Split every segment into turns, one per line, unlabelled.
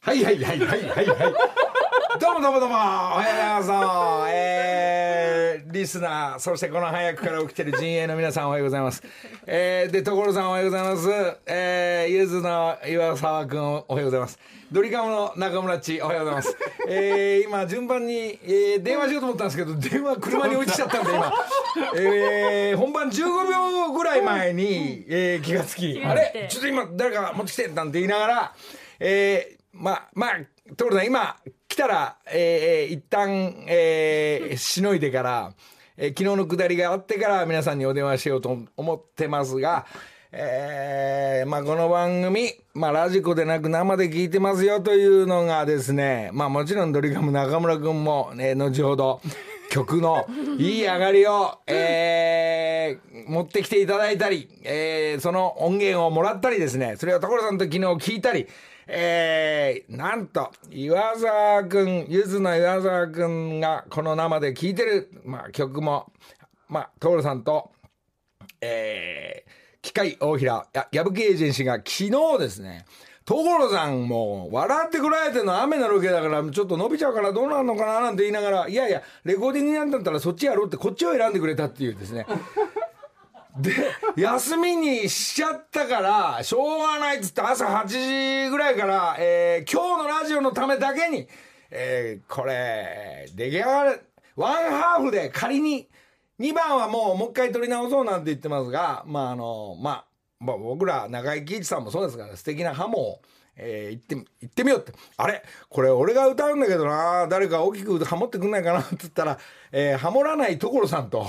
はいはいはいはいはいはい。どうもどうもどうも、おはようございます。えー、リスナー、そしてこの早くから起きてる陣営の皆さんおはようございます。えー、で、所さんおはようございます。えー、ゆずの岩沢くんおはようございます。ドリカムの中村っちおはようございます。えー、今順番に、えー、電話しようと思ったんですけど、電話車に置いてきちゃったんで今、えー、本番15秒ぐらい前に、えー、気がつき、あれちょっと今誰か持ってきてなんて言いながら、えー、まあ、まあ、ところで今、来たら、えーえー、一旦、えー、しのいでから、えー、昨日の下りが終わってから皆さんにお電話しようと思ってますが、えー、まあこの番組、まあラジコでなく生で聞いてますよというのがですね、まあもちろんドリカム中村くんも、ね、後ほど、曲のいい上がりを、えー、持ってきていただいたり、えー、その音源をもらったりですね、それを所さんと昨日聞いたり、えー、なんと、岩沢くん、ゆずの岩沢くんがこの生で聴いてる、まあ、曲も、まあ、所さんと、えー、機械大平、や、矢吹エージェンシーが昨日ですね、所さんも、笑ってこられてるの雨のロケだから、ちょっと伸びちゃうからどうなるのかななんて言いながら、いやいや、レコーディングなんだったらそっちやろうってこっちを選んでくれたっていうですね。で、休みにしちゃったから、しょうがないっつって朝8時ぐらいから、えー今日のラジオのためだけに、えーこれ、出来上がる、ワンハーフで仮に、2番はもう、もう一回撮り直そうなんて言ってますが、まあ、あの、まあ、まあ、僕ら、中井貴一さんもそうですから、素敵なハモを、えー行ってみ、行ってみようって。あれこれ俺が歌うんだけどな、誰か大きくハモってくんないかなって言ったら、えーハモらない所さんと、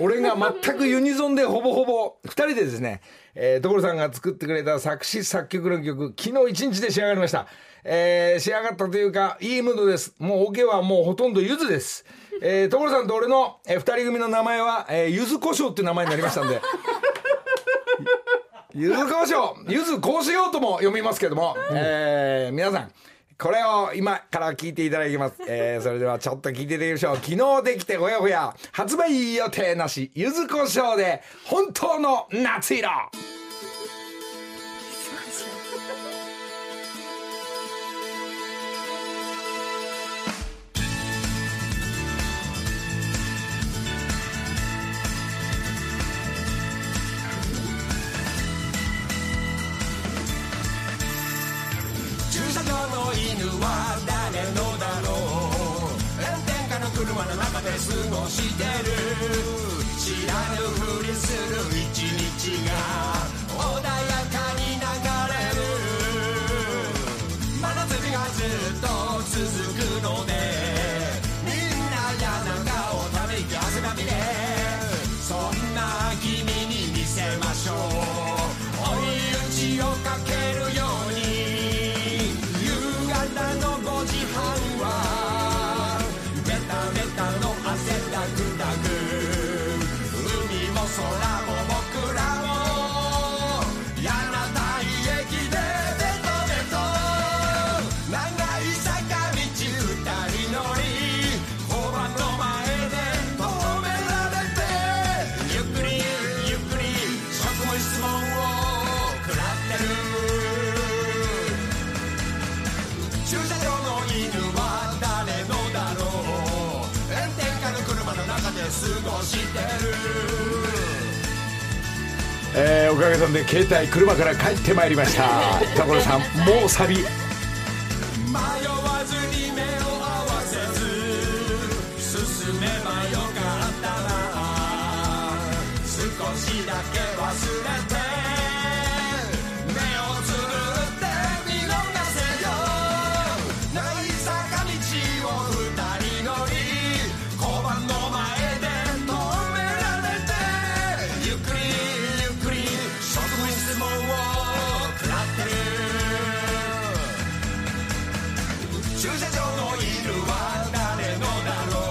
俺が全くユニゾンでほぼほぼ2人でですね、えー、所さんが作ってくれた作詞作曲の曲、昨日一日で仕上がりました。えー仕上がったというか、いいムードです。もうオ、ケはもうほとんどゆずです。えー所さんと俺の、えー、2人組の名前は、えー、ゆずこしょうっていう名前になりましたんで。ゆずこしょう、ゆずこうしようとも読みますけども、えー皆さん、これを今から聞いていただきます。えーそれではちょっと聞いていただきましょう。昨日できてほやほや、発売予定なし、ゆずこしょうで、本当の夏色。
駐車場の犬は誰のだろう炎天下の車の中で過ごしてる知らぬふりする一日が穏やかに流れる真夏日がずっと続くのでみんな嫌な顔ため息汗まみれそんな君に見せましょう追い打ちをかけるように夕方の5時半はベタベタの汗だくだく海も空も僕らも嫌な体液でベトベト長い坂道二人乗り交番の前で止められてゆっくりゆっくり職務質問を食らってる駐車場の犬は誰のだろう炎天下の車の中で過ごしてる
えーおかげさんで携帯車から帰ってまいりました。 所さん、もうサビ。
迷わずに目を合わせず進めばよかったな少しだけ忘れて目をつぶって見逃せよない坂道を二人乗り交番の前で止められてゆっくりゆっくり職務質問を食らってる駐車場の犬は誰のだろう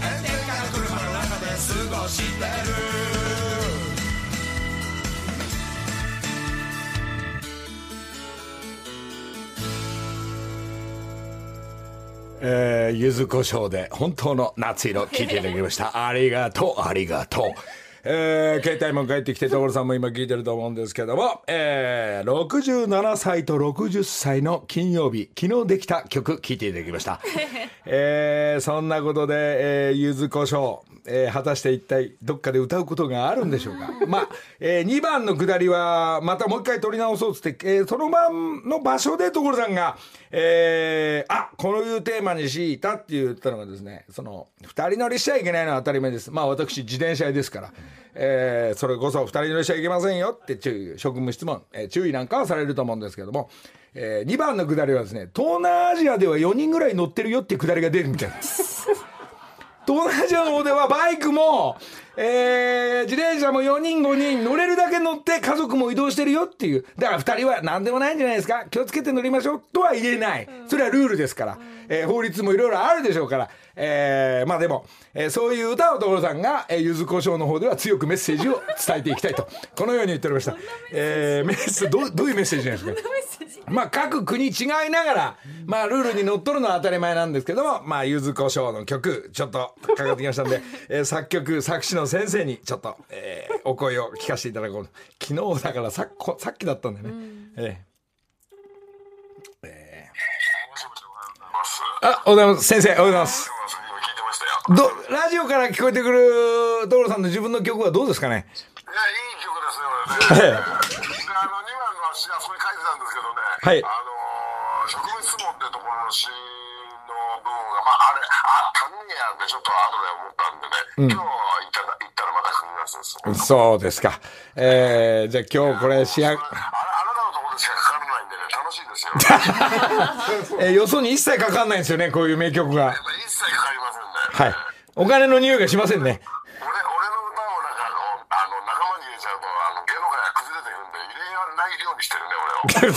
炎天下の車の中で過ごしてる
えー、柚子胡椒で本当の夏色聞いていただきました。ありがとう、ありがとう。えー携帯も帰ってきて、所さんも今聞いてると思うんですけども、えー、67歳と60歳の金曜日、昨日できた曲、聴いていただきました。えー、そんなことで、えー、ゆずこしょう、えー果たして一体どっかで歌うことがあるんでしょうか。まあ、え2番の下りは、またもう一回取り直そうっつって、えーその晩の場所で所さんが、えーあ、こういうテーマに敷いたって言ったのがですね、その、二人乗りしちゃいけないのは当たり前です。まあ私、自転車ですから、えーそれこそ二人乗りしちゃいけませんよって注意、職務質問、えー注意なんかはされると思うんですけども、え2番の下りはですね、東南アジアでは4人ぐらい乗ってるよって下りが出るみたいなんです東南アジアの方ではバイクも、えー、自転車も4人5人乗れるだけ乗って家族も移動してるよっていう。だから2人は何でもないんじゃないですか。気をつけて乗りましょうとは言えない。それはルールですから。えー法律もいろいろあるでしょうから。えーまあでも、えーそういう歌を所さんが、えー、ゆずこしょうの方では強くメッセージを伝えていきたいと。このように言っておりました。えーメッセージ、どうどういうメッセージなんですかまあ、各国違いながら、まあ、ルールにのっとるのは当たり前なんですけども、まあ、ゆずこしょうの曲、ちょっとかかってきましたんで、 えー作曲、作詞の先生に、ちょっと、えーお声を聞かせていただこう。昨日だからさっこ、さっきだったんだよね。えーえーあ、おはようございます。先生、おはようございます。
今聞いてましたよ。
ど、ラジオから聞こえてくる、道路さんの自分の曲はどうですかね
いや、いい曲ですね、これね。で、あの、2番の詩、あそこに書いてたんですけどね。
はい
あのー、植物質問ってところの詩の部分が、まあ、あれ、あ、単元やんで、ちょっと後で思ったんでね。今日行ったら、行ったらまた組みますです。あれ、
そうですか。えー、じゃあ今日これ仕上が、
あなたのところでしかかからないんでね、楽しいです よ。
えーよそに一切かかんないんですよね、こういう名曲が。
一切かかりませんね。
はい。お金の匂いがしませんね。
俺、俺の歌をなんか、あの、あの仲間に入れち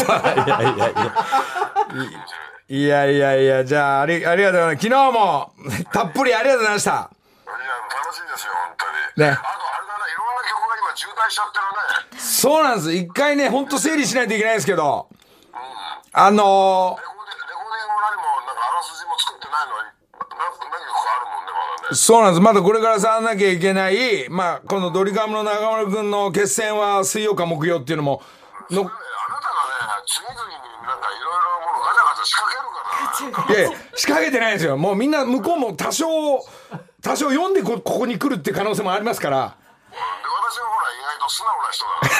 ゃうと、あの、芸能界が崩れてくるんで、入れないようにしてるね、 俺を。
いやいやいや。いやいやいや、じゃあ、あり、ありがとうございます。昨日も、たっぷりありがとうございました。
いや、楽しいですよ、本当に。
ね
あと、あれだね、いろんな曲が今渋滞しちゃってるね。
そうなんです。一回ね、ほんと整理しないといけないんですけど。あの
レコーデレコーディングも何も、なんかあらすじも作ってないのに、な何曲かあるもんね、まだ
ー
ね。
そうなんです。まだこれから触らなきゃいけない、まあ、このドリカムの中丸くんの決戦は水曜か木曜っていうのも、の、
あなたがね、次々になんかいろいろものガチャガチャ仕掛けるからね。
いやいや仕掛けてないんですよ。もうみんな、向こうも多少、多少読んでこ、ここに来るって可能性もありますから。
で、私はほら、意外と素直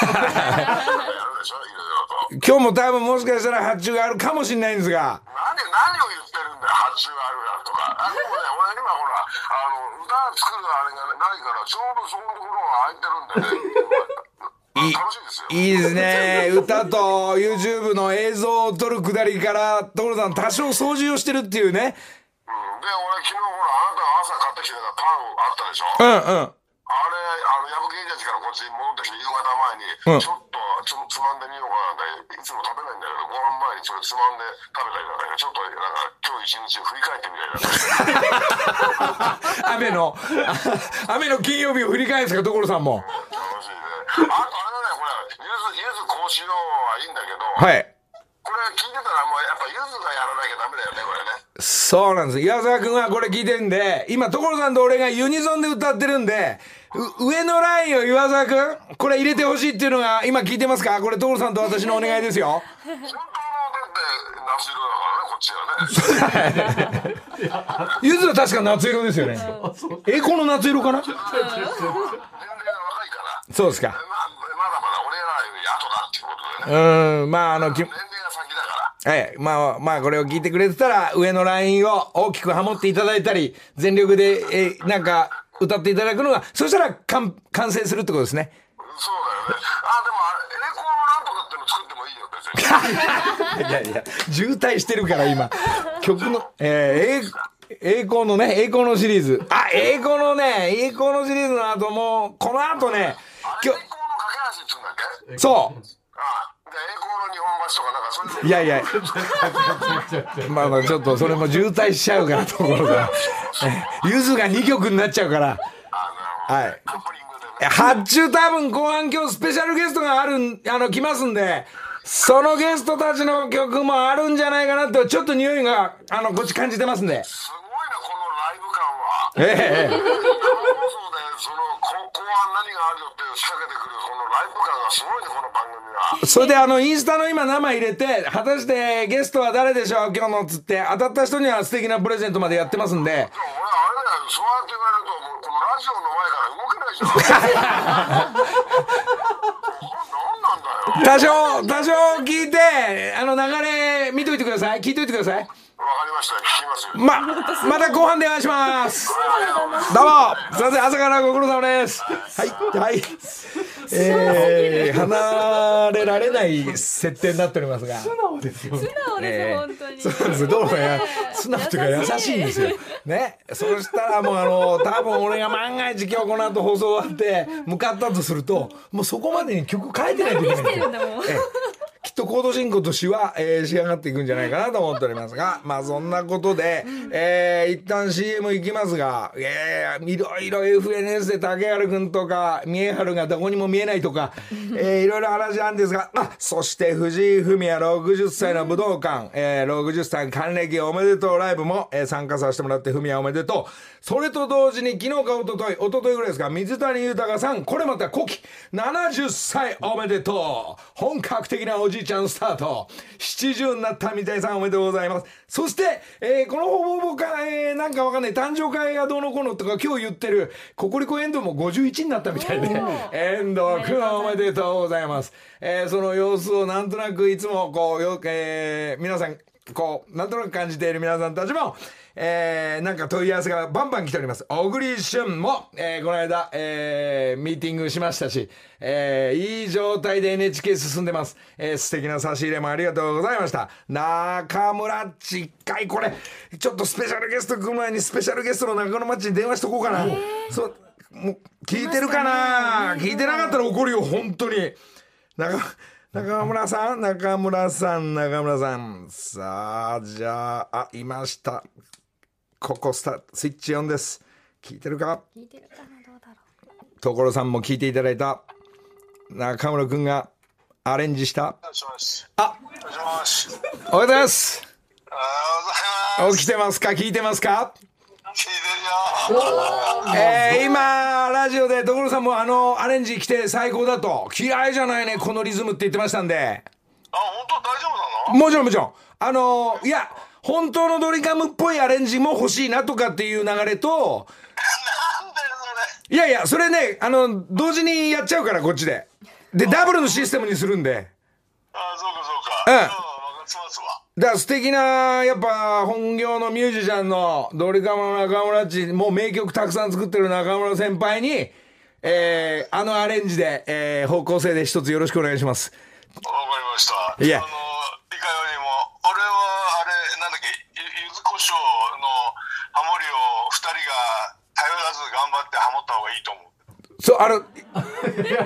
な人だから。 やるでしょ、いろいろと。
今日も多分もしかしたら発注があるかもしれないんですが、
何、何を言ってるんだよ、発注あるやとか。あでもね、俺今ほら、あの、歌作るあれがないから、ちょうどそこのところが空いてるんでね。楽しいですよ。
いいです ね。歌と YouTube の映像を撮るくだりから、所さん多少掃除をしてるっていうね。
うんで、俺昨日ほら、あなたが朝買ってきてたパンあったでしょ
う
あれ、
んうん。
あの、矢吹たちからこっちに戻ってきて、夕
うん
方前に、ちょっとつつまんでみようかなんて、いつも食べないんだけど、ご飯前にそれつまんで食べたりなんかして、ちょっとなんか今日一日を振り返ってみたいな。
雨の、 あ雨の金曜日を振り返るんですか、所さんも。
楽しい ね。あとあれだね、これ、ゆず、ゆずこうしようはいいんだけど、
はい。
これ聞いてたらもうやっぱゆずがやらなきゃダメだよね、これね。
そうなんです。岩沢くんはこれ聞いてんで、今所さんと俺がユニゾンで歌ってるんで、う上のラインを岩沢くん、これ入れてほしいっていうのが今聞いてますかこれ所さんと私のお願いです よ。
本当のだって夏色だからね、こっち はね。
ゆずは確か夏色ですよね。え、この夏色かな
年齢が若いから。
そうですか。
まあ、まだまだ俺らより後だっていうことで
う
ね。
ーん、まああの、き
年齢が先だから。
はい。まあ、まあ、これを聞いてくれてたら、上のラインを大きくハモっていただいたり、全力で、えーなんか、歌っていただくのが、そしたら、完、完成するってことですね。
そうだよね。あ、でもあれ、エレコーのなんとかっての作ってもいい
い
よ、別に。あ
やいや、渋滞してるから、今。曲の、えー、え栄光のね、栄光のシリーズ。あ、栄光のね、栄光のシリーズの後も、この後ね、
れ、
今
栄光の架け橋っつうんだっけ
日、そう。
ああ、で、栄光の日本橋とかなんかそういうの。
いやいや、 まあまあちょっとそれも渋滞しちゃうから、ところ が。えゆずが2曲になっちゃうから。はい。
カップリングでね。
発注多分後半今日スペシャルゲストがあるん、あの、来ますんで、そのゲストたちの曲もあるんじゃないかなって、ちょっと匂いが、あの、こっち感じてますんで。
すごいな、このライブ
ええええ
感は。生放送で、その、こ後半何があるよって仕掛けてくるこのライブ感がすごいねこの番組は
それであのインスタの今生入れて果たしてゲストは誰でしょう今日のっつって当たった人には素敵なプレゼントまでやってますんで
でも俺あれだよそうやって言われるともうこのラジオの前から動けないじゃ んなんなんだよ
多少多少聞いてあの流れ見といてください聞いといてください
わかりました聞きますよ
ままた後半でお願いします どうもすいません朝からご苦労様ですはいはいえー、離れられない設定になっておりますが
素直です、
えー
本当に。
そうなんですよ。どうもね
ね、
素直というか優しいんですよ。ね。そしたらもうあの、多分俺が万が一今日この後放送終わって、向かったとすると、もうそこまでに曲変えてないといけないんですよ
何してるんだもん
ええきっとコード進行と詩は、えー仕上がっていくんじゃないかなと思っておりますが、まあそんなことで、えー一旦 CM 行きますが、えーいろいろ FNS で竹原くんとか、三重春がどこにも見えないとか、えーいろいろ話なんですが、あ、そして藤井フミヤ60歳の武道館、えー60歳還暦おめでとうライブも、えー参加させてもらって、フミヤおめでとう。それと同時に昨日か一昨日一昨日ぐらいですか、水谷豊さん、これまた古希、70歳おめでとう。本格的なおじいちゃんスタート。70になった水谷さんおめでとうございます。そして、えーこのほぼほぼか、えーなんかわかんない、誕生会がどうのこうのとか今日言ってる、ココリコ遠藤も51になったみたいで、遠藤くんおめでとうございます。えーその様子をなんとなくいつもこう、よえー皆さん、こう、なんとなく感じている皆さんたちも、えーなんか問い合わせがバンバン来ております。小栗旬も、えーこの間、えーミーティングしましたし、えーいい状態で NHK 進んでます。えー素敵な差し入れもありがとうございました。中村っち一回これ、ちょっとスペシャルゲスト来る前にスペシャルゲストの中野町に電話しとこうかな。そう、もう、聞いてるかな、聞いてなかったら怒るよ、本当に。中、中村さん、中村さん、中村さん。さあ、じゃあ、あ、いました。ここスタ、スイッチオンです。聞いてるか
聞いてるかな、どうだろう。
所さんも聞いていただいた。中村くんがアレンジした。
お願いします
あ、
お願いします
おはようございます。
ありがとうございます
起きてますか聞いてますか
聞いてるよ
えー、今、ラジオで所さんもあの、アレンジ来て最高だと。嫌いじゃないね、このリズムって言ってましたんで。
あ本当大丈夫なの
もちろんもちろん。あのーいや、本当のドリカムっぽいアレンジも欲しいなとかっていう流れと、
なんでそれ
いやいや、それね、あの、同時にやっちゃうから、こっちで。で、ダブルのシステムにするんで。
あそうかそう
うん
かうん分かってますわ
だから素敵な、やっぱ、本業のミュージシャンのドリカムの中村っち、もう名曲たくさん作ってる中村先輩に、えー、あのアレンジで、えー、方向性で一つよろしくお願いします。
わかりました。
いや
あの、いかよりも、俺はあれ、なんだっけ、ゆゆずこしょうのハモリを二人が頼らず頑張ってハモった方がいいと思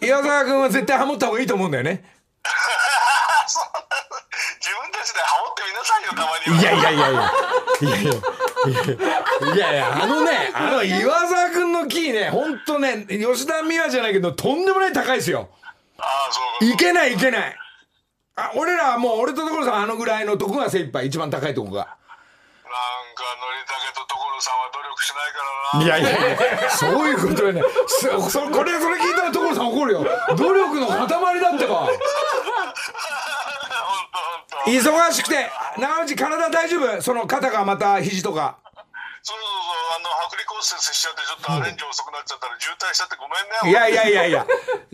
そう、あの、え、岩沢くんは絶対ハモった方がいいと思うんだよね。
そう自分たちでハモってみなさいよ、たま
い
には。
やいやいやいや。いやいや。いやいや、あのね、あの岩沢くんのキーね、ほんとね、吉田美和じゃないけど、とんでもない高いですよ。
ああ、そうか。
いけないいけない。あ、俺らはもう、俺と所さんあのぐらいのとこが精一杯、一番高いとこが。
なんか、のりたけと所さんは
い
努力しないからな。
やいやいや、そういうことよね。すそこれ、それ聞いたら所さん怒るよ。努力の塊だってば。
本当本当。
忙しくて、長内体大丈夫その肩がまた肘とか。
そうそうそう、あの、剥離骨折しちゃって、ちょっとアレンジ遅くなっちゃったら渋滞しちゃってごめ
い
んね。
やいやいやいや、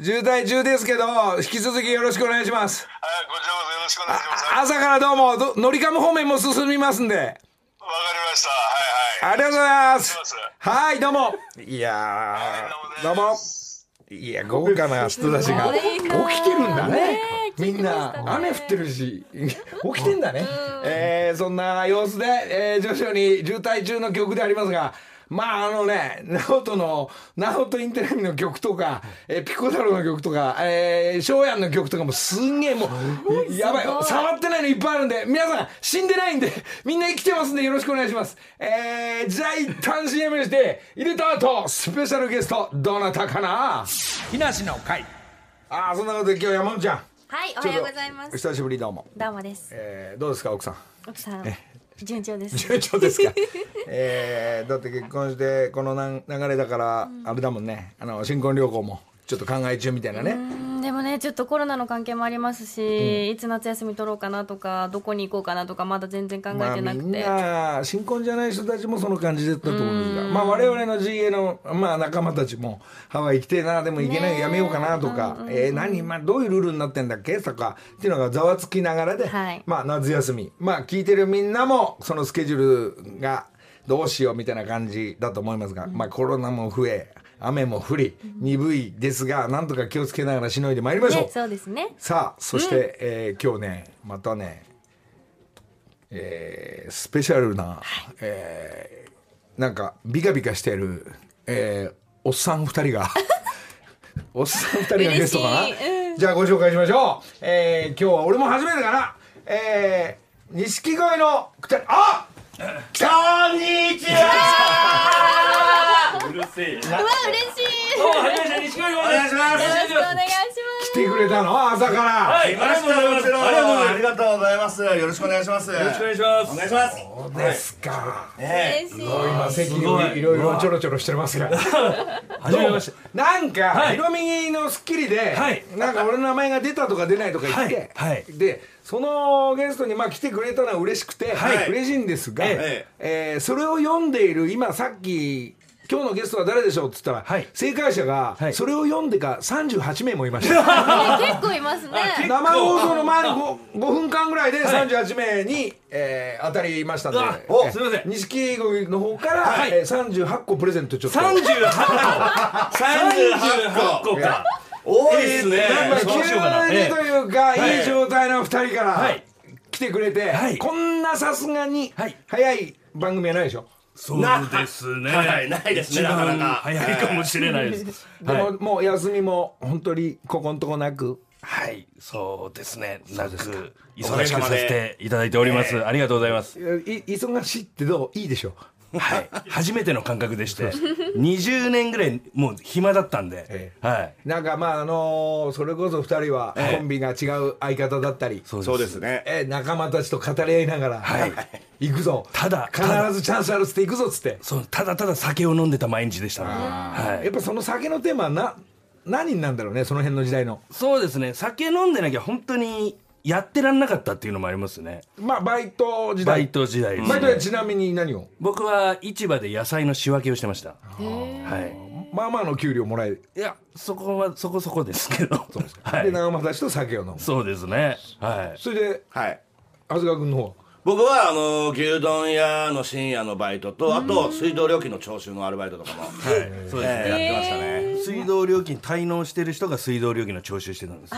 渋滞中ですけど、引き続きよろしくお願いします。
はい、こちらこそよろしくお願いします。わか
朝からどうもど、乗りカム方面も進みますんで、
りまし
あ
た。はいはい。
りがとうございます
そうです。
はい、どうも。いやー、どうも。いや、豪華な人たちが、起きてるんだね。みんな、雨降ってるし、 起きてんだね。えー、そんな様子で、えー、徐々に渋滞中の曲でありますが、まああのね、ナオトの、ナオトインテラミの曲とか、えーピコ太郎の曲とか、えー、翔やんの曲とかもすんげえもう、やばい、触ってないのいっぱいあるんで、皆さん死んでないんで、みんな生きてますんでよろしくお願いします。えー、じゃあ一旦 CM して、入れた後、スペシャルゲスト、どなたかな
日梨の会
ああ、そんなことで今日山本ちゃん。
はい、お
お
はようございます。
久しぶりどうも。
どうもです。
えー、どうですか奥さん。
奥さん。順調です。
順調です か。えー、だって結婚してこのなん流れだからあれだもんね。あの新婚旅行もちょっと考え中みたいなね。
うんでもねちょっとコロナの関係もありますし、いつ夏休み取ろうかなとかどこに行こうかなとかまだ全然考
ま
え
あ
てな
み
く
ん
て、
な新婚じゃない人たちもその感じだったと思うんですが、まあ我々の GA のまあ仲間たちもハワイ行きてえなでも行けない
ねえ
やめようかなとか、えー何まあどういうルールになってんだっけとかっていうのがざわつきながらで、
はい
まあ夏休みまあ聞いてるみんなもそのスケジュールがどうしようみたいな感じだと思いますが、まあコロナも増え雨も降り鈍いですがなんとか気をつけながらしのいでまいりましょう
ね、。そうですね
さあそして、えー今日ねまたね、えースペシャルな、えーなんかビカビカしてる、えーおっさん2人が おっさん2人がゲストかな、
嬉しいうん
じゃあご紹介しましょう、えー今日は俺も初めてかなえー錦鯉のくたあ来た
こんにちは。
うるせえ
うわ嬉しい
どう
よ
もはじめまして西川お願いしま
ろしくお願いし
来てくれたの朝から、
はいありがとうございますありがとうござ
あ
い
りがとうございます。よろしくお願いします。よろ
ますお願いします
お願いします。
そうですか、
ます嬉しい
今席
すごい
いろいろちょろちょろしてますが
初めまして
なんか、
は
ヒ
い
ロミの『スッキリで』
はい
なんか俺の名前が出たとか出ないとか言って、
はいはい
でそのゲストにまあ来てくれたのは嬉しくて、
はい
嬉しいんですが、
え
えーそれを読んでいる今さっき「今日のゲストは誰でしょう?」っつったら、
はい
正解者が、
はい
それを読んでか38名もいました。
い結構いますね
生放送の前の 5, 分間ぐらいで38名に、えー当たりましたんで
あお
えー
すいません
錦鯉の方から、
はい
えー38個プレゼントちょっと
三十八個三十八個か多いですね
まあ急
そうしようかな
にと
え
いうか、
はい
い、い状態の2人から、
はい
来てくれて、
はい
こんなさすがに
はい
早い番組はないでしょ、
えそうですね
はいないですね
一番
なかなか
早いかもしれないです
で
はい
ももう休みも本当にここのとこなく
はいそうですねなく忙し
おか
く
げさ
さ
ま
せ
で
ていただいておりますありがとうございます
い忙しいってどういいでしょ
はい初めての感覚でして20年ぐらいもう暇だったんで
え
はい
なんかまああのーそれこそ2人はコンビが違う相方だったり、
そう
そう
で
ですすね。
えー仲間たちと語り合いながら、行くぞ
ただ
必ずチャンスあるっつって行くぞっつって、
そうただただ酒を飲んでた毎日でしたねはい
やっぱその酒のテーマはな何になんだろうねその辺の時代の
そうですね酒飲んでなきゃ本当にやってらんなかったっていうのもありますね
まあバイト時代
バイト時代です
バ
ね
イトはちなみに何を
僕は市場で野菜の仕分けをしてましたは
まあまあの給料もらえる、
いいやそこはそこ そこですけどは
で
い
長間たちと酒を飲む
そうですねはい
それで
はい。
長谷川君の方
僕はあの牛丼屋の深夜のバイトとあと水道料金の徴収のアルバイトとかも、
そうです
えー
ね
やってましたね。
水道料金滞納してる人が水道料金の徴収してたんです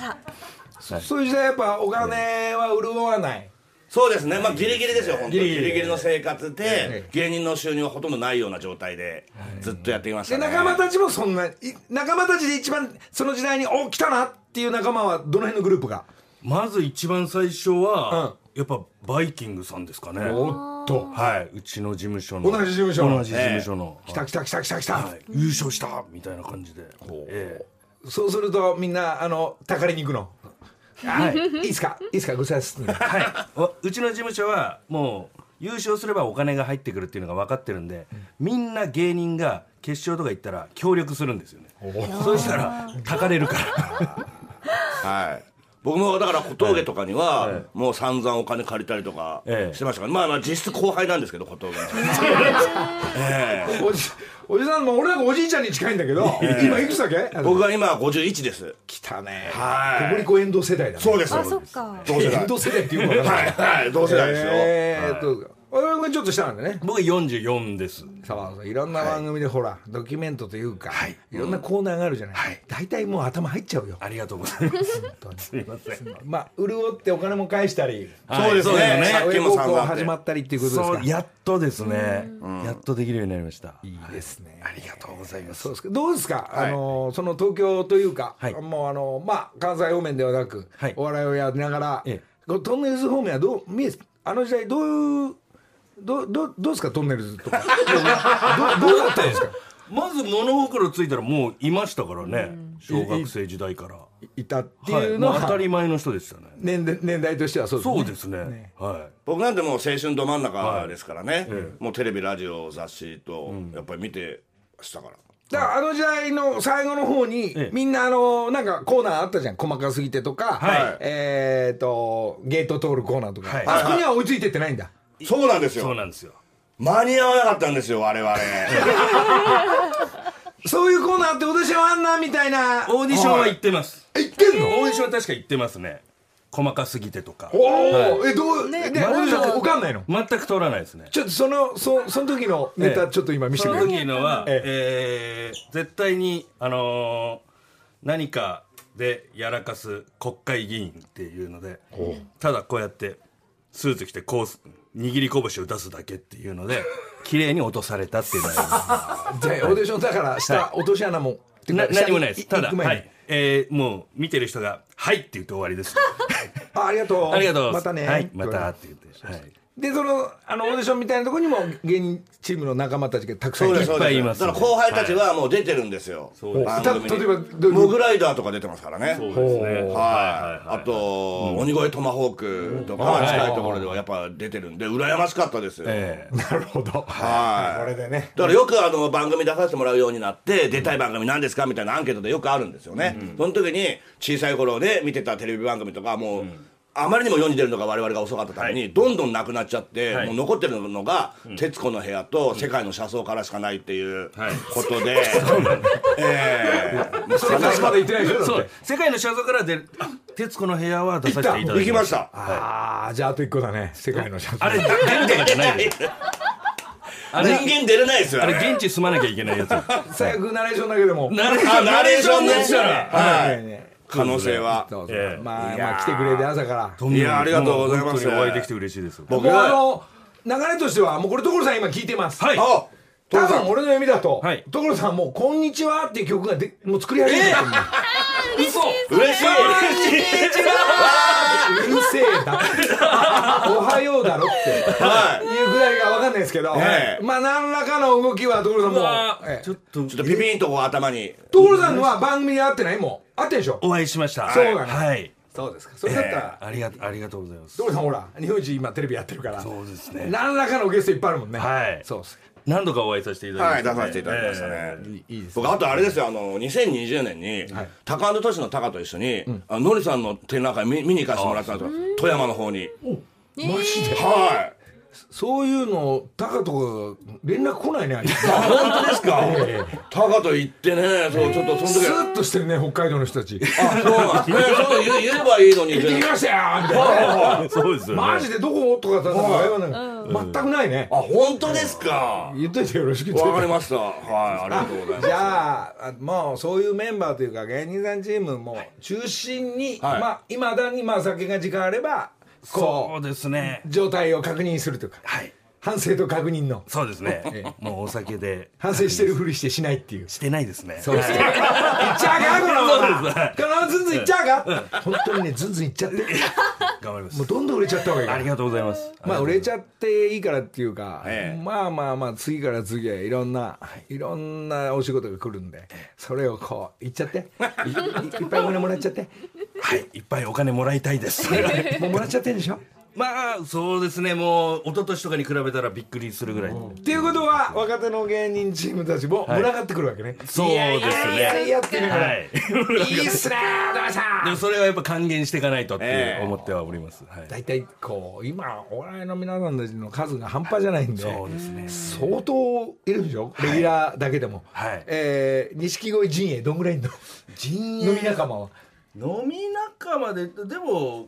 そういう時代やっぱお金は潤わない、
そうですね。まあギリギリですよ。本当に
ギ
ギ
リギリ
リギリの生活で芸人の収入はほとんどないような状態でずっとやってきまし
で
たね。
仲間たちもそんない仲間たちで一番その時代にお来たなっていう仲間はどの辺のグループが
まず一番最初はやっぱバイキングさんですかね
おっと
はいうちの事務所の
同じ事務所の
同じ事務所の
来た来た来た来た来た、
はい優勝したみたいな感じで、ええ
そうするとみんなあのたかりに行くの
はい
いいっすかいいっすかごちそうさまです
はい、おうちの事務所はもう優勝すればお金が入ってくるっていうのが分かってるんで、みんな芸人が決勝とか行ったら協力するんですよねそうしたらたかれるから
はい。僕もだから小峠とかには、もう散々お金借りたりとか
ええ
してましたから、まあまあ実質後輩なんですけど小峠のええ
おじおじさんも俺なんかおじいちゃんに近いんだけど今いくつだっけ
僕は今51です
来たね
はい
ココリコ遠藤世代だね
そうです
あそっか
同世代
遠藤世代っていうのが
はいはい同世代ですよ、
えーっと渡辺君ちょっとしたんでね
僕44です
そうそういろんな番組でほらドキュメントというかいろんなコーナーがあるじゃない大体もう頭入っちゃうよ
ありがとうございますすいません
まあ潤ってお金も返したり
はい
そうですね
そうですね
さっき
親
も
孝
散
行
々あって
始まったりっていうことです
そ
か
うやっとですねやっとできるようになりました
いいですね
ありがとうございます
そうですかどうですか、あのその東京というか、
はい
もうあのまあ関西方面ではなく、
はい
お笑いをやりながら、
え
こうトンネルズ方面はどう見えあの時代どういうどどどうですかトンネルズ とかどどうだったんですか
まず物心ついたらもういましたからね小学生時代から
いたっていうの
は
は、
いもう当たり前の人でしたね
年代年代としてはそうですね
そうですねは
僕なんてもう青春ど真ん中ですからね、もうテレビラジオ雑誌とやっぱり見てしたから、
だからあの時代の最後の方に、
ええ
みんなあのなんかコーナーあったじゃん細かすぎてとか、
はい
えっ、とゲート通るコーナーとか、
はい
あそこには追いついてってないんだ、
そうなんです
いそう
よ
なんですよ
間に合わなかったんですよ我々
そういうコーナーってオーディションあんなみたいな
オーディションは行ってます
行ってんの
オーディションは確か行ってますね細かすぎてとか
おお、えどう、ね、オーディションわかんないの
全く通らないですね
ちょっとそのそその時のネ
え
タ
え
ちょっと今見せ
そ
てく
の
れる、
時のは、
え
えー絶対に、あのー何かでやらかす国会議員っていうのでただこうやってスーツ着てこう握り拳を出すだけっていうので 綺麗に落とされたっていうのがあ
じゃあオーディションだから下、落とし穴もって
り
い
ま
う
す
か
な
下
何
に
もないですた
行
だ、
く前に
はいえーもう見てる人が「はい」って言って終わりです、
あありがとう
ありがとう
またね、
はい、またって言って、はい、
でそのあのオーディションみたいなところにも芸人チームの仲間たちがたくさんい
そう
て
です
い
そ
っ
う
ぱ
で
い
す
います
だから後輩たちはもう出てるんですよ、
うです
番組に
た例えばどういう
モグライダーとか出てますからね
そうですねはい
はい、あと、鬼越トマホークとかは近いところではやっぱ出てるんで羨ましかったですよ、
え
なるほど
はい
これでね
だからよくあの番組出させてもらうようになって出たい番組何ですかみたいなアンケートでよくあるんですよね、その時に小さい頃ね見てたテレビ番組とかもう、あまりにも世に出るのが我々が遅かったために、どんどんなくなっちゃって、
はい
もう残ってるのが『徹子の部屋』と『世界の車窓』からしかないっていう
はい
ことで、 ええ
それ私まだ行ってないでしょだって
そう世界の肖像からで「あ徹子の部屋」は出させていただ
行
き
き
ま
ま
し
したた
ああじゃああと一個だね世界のシャツ
あれ出るとかじゃないですあ
人
れ
間出れないですよ
あれ現地住まなきゃいけないやつ。
最悪ナレーションだけでも
ナレ
あナレーションでしたら、
は
はいい、可能性は
どうぞ
ええ
まあまあ来てくれて朝から
いやありがとうございます
本当にお会いできて嬉しいです。
も
僕
うあ
は
の流れとしてはもうこれ所さん今聞いてます
はい。
あ
多分俺の読みだと
はい
所さんもう「こんにちは」っていう曲がでもう作り始めてるんだ よ
嘘。
嬉しい
うるせえだおはようだ ろって
はい
いうぐらいが分かんないですけど、
ええ
まあ何らかの動きは所さんも
うわー
え
ち
え
ょっと
ちょっとピピンとこう頭に。
所さんのは番組で会ってないもん会ってんでしょ
お会いしました。
そうだね
はい。
そうですかそれだったら、
ありがありがとうございます。
所さんほら日本一今テレビやってるから
そうですね
何らかのゲストいっぱいあるもんね
はい
そうです
何度かお会いさせていただきま
は
し
い、
た
出
ね。
させていただきましたね。
いいです
僕、あとあれですよ、あの、2020年に、タカアンドトシのタカと一緒に、あのノリさんの展覧会見見に行かせてもらったんですよ。富山の方に。
マジで
は
そういうのタカとか連絡来 ないねあいつ
い。本当ですかタカと行ってね、そう、ちょっとその
ス
時は、
ーッとしてるね北海道の人たち行
あ、そうなんですね。ちょっと言え言えばいいのに、
って
全
き
然
ましたよみたいな
そうですよね。
マジでどことかさ会話ない全くないね
あ、本当ですか
言っといてよろしくって
わかりました。はい、ありがとうございます。
じゃああもうそういうメンバーというか芸人さんチームも中心に、
はい
まあいまだにまあ酒が時間あれば
そ
こ
うですね
う。状態を確認するというか
はい。
反省と確認の
そうですね。もうお酒で
反省してるふりしてしないっていう
してないですね。
そうですね。行っちゃうか
そうで
この、このズンズン行っちゃうか本当にね、ズンズン行っ ちゃって。
頑張りま
もう
す。
どんどん売れちゃった方がいいか
あり
ら。
がとうございます。
まあ売れちゃっていいからっていうか
え、え
まあまあまあ次から次へいろんな、いろんなお仕事が来るんで、それをこう、行っちゃって、いいいっぱいお金もらっちゃって、
はい。いっぱいお金もらいたいです。
もうもらっちゃってんでしょ
まあそうですねもう一昨年とかに比べたらびっくりするぐらい
っていうことは、若手の芸人チームたちも群がってくるわけね。
そうで
い
す
やい
ね
やってながら
はい い
いっすねー、どうした
でもそれはやっぱ還元していかないとって
ええ
思ってはおります、はい、
大体こう今お笑いの皆さんたちの数が半端じゃないんで
そうですね
相当いるでしょ、レギュラーだけでも、
はい
えー錦鯉陣営どんぐらいいんの
陣
飲み仲間は
飲み仲間ででも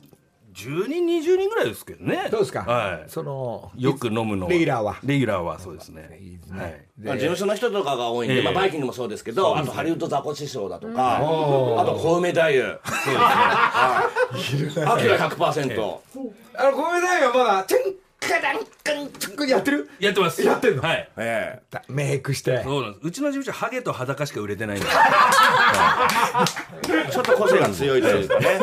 10人20人ぐらいですけどね
どうですか、
はい
その
よく飲むの
レギュラーは
レギュラーはそうですね
いいです
は
ね
い、
まあ、事務所の人とかが多いんで、
ええ
まあ、バイキングもそうですけど、あとハリウッドザコシショウだとか、あと小梅太夫、アキラ100%、
あのごめんなさいよまだチュンカダンカンチュンカンやってる
やってます
やってんの
はい
ええ
だメイクして
そうなんですうちの事務所ハゲと裸しか売れてないんで
ちょっと個性が強いというかね、
やっ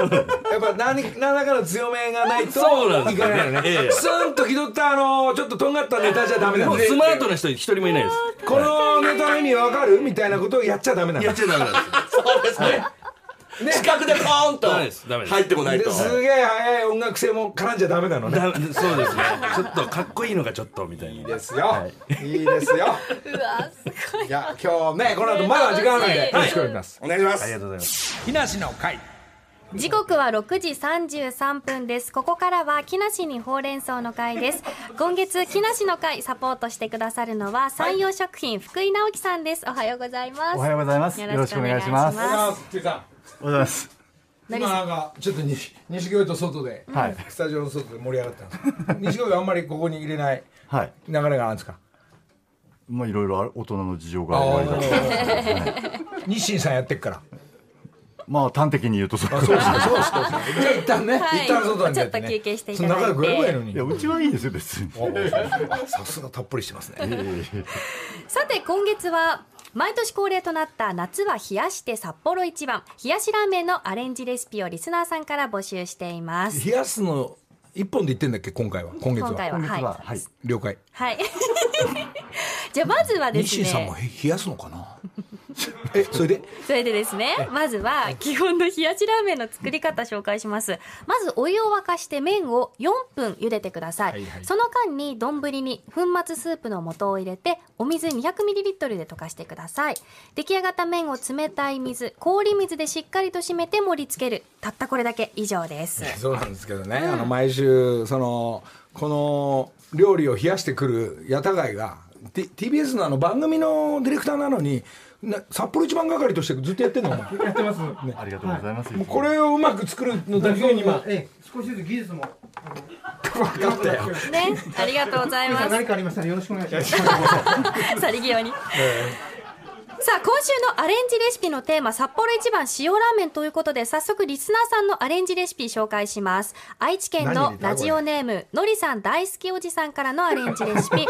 ぱ何何らかの強めがないと
そうなんです
い
よ
か
ね
ないの
え
ね
え
スーンと気取ったあのちょっととんがったネタじゃダメな
も
の
うスマートな人一人もいないです
このネタの意味わかるみたいなことをやっちゃダメなの
やっちゃダメなんですよ
そうですね、近くでポーンと
ダメですダメです
入ってこないと
ですげえ早い音楽性も絡んじゃダメなのね
だそうですねちょっとかっこいいのがちょっとみたいな
ですよ、い、いですよ
うわすごい
いや今日ねこの後まだ時間あるんでよろし
楽しい
くお願いします
お願いしま
あり
す
がとうございます
木梨の会
時刻は6時33分ですここからは木梨にほうれん草の会です今月木梨の会サポートしてくださるのは山陽食品福井直樹さんですおはようございます
おはようございます。よろしくお願いします。おはよ
あ福井さ
うございます。
ん今なんかちょっと西西京と外で、
はい
スタジオの外で盛り上がったんです西京あんまりここに入れない
はい。
流れがあるんですか
まあいろいろある大人の事情が終わりだと。
日清さんやってっから
まあ端的に言うとそうです。
そうそうそうそうじゃあ一旦ね、
はい
一旦外に出て、ね、
ちょっと休憩していただいて
その中で食えばいいの
いや
に
うちはいいですよ別に。
さすがたっぷりしてますね
さて今月は毎年恒例となった夏は冷やして札幌一番冷やしラーメンのアレンジレシピをリスナーさんから募集しています
冷やすの一本で言ってんだっけ今回は今月は
今回は
今月
はい
ははい。
了解
はい じゃあまずはです
西
ね
さんもへ冷やすのかな えそれで
それでですね、まずは基本の冷やしラーメンの作り方紹介します。まずお湯を沸かして麺を4分茹でてください。
はいはい
その間に丼に粉末スープの素を入れて、お水 200ml で溶かしてください。出来上がった麺を冷たい水、氷水でしっかりと締めて盛り付ける。たったこれだけ以上です。
そうなんですけどね、あの毎週そのこの料理を冷やしてくる屋台街が、T、TBS のあの番組のディレクターなのにな札幌一番係としてずっとやってんのお前
やってます。
ありがとうございます。
これをうまく作るのだけに今
ええ、少しずつ技術も。
分かったよ
ね、ありがとうございます。
何かありましたら、よろしくお願いします。
去り際に。さあ今週のアレンジレシピのテーマ札幌一番塩ラーメンということで早速リスナーさんのアレンジレシピ紹介します愛知県のラジオネームのりさん大好きおじさんからのアレンジレシピ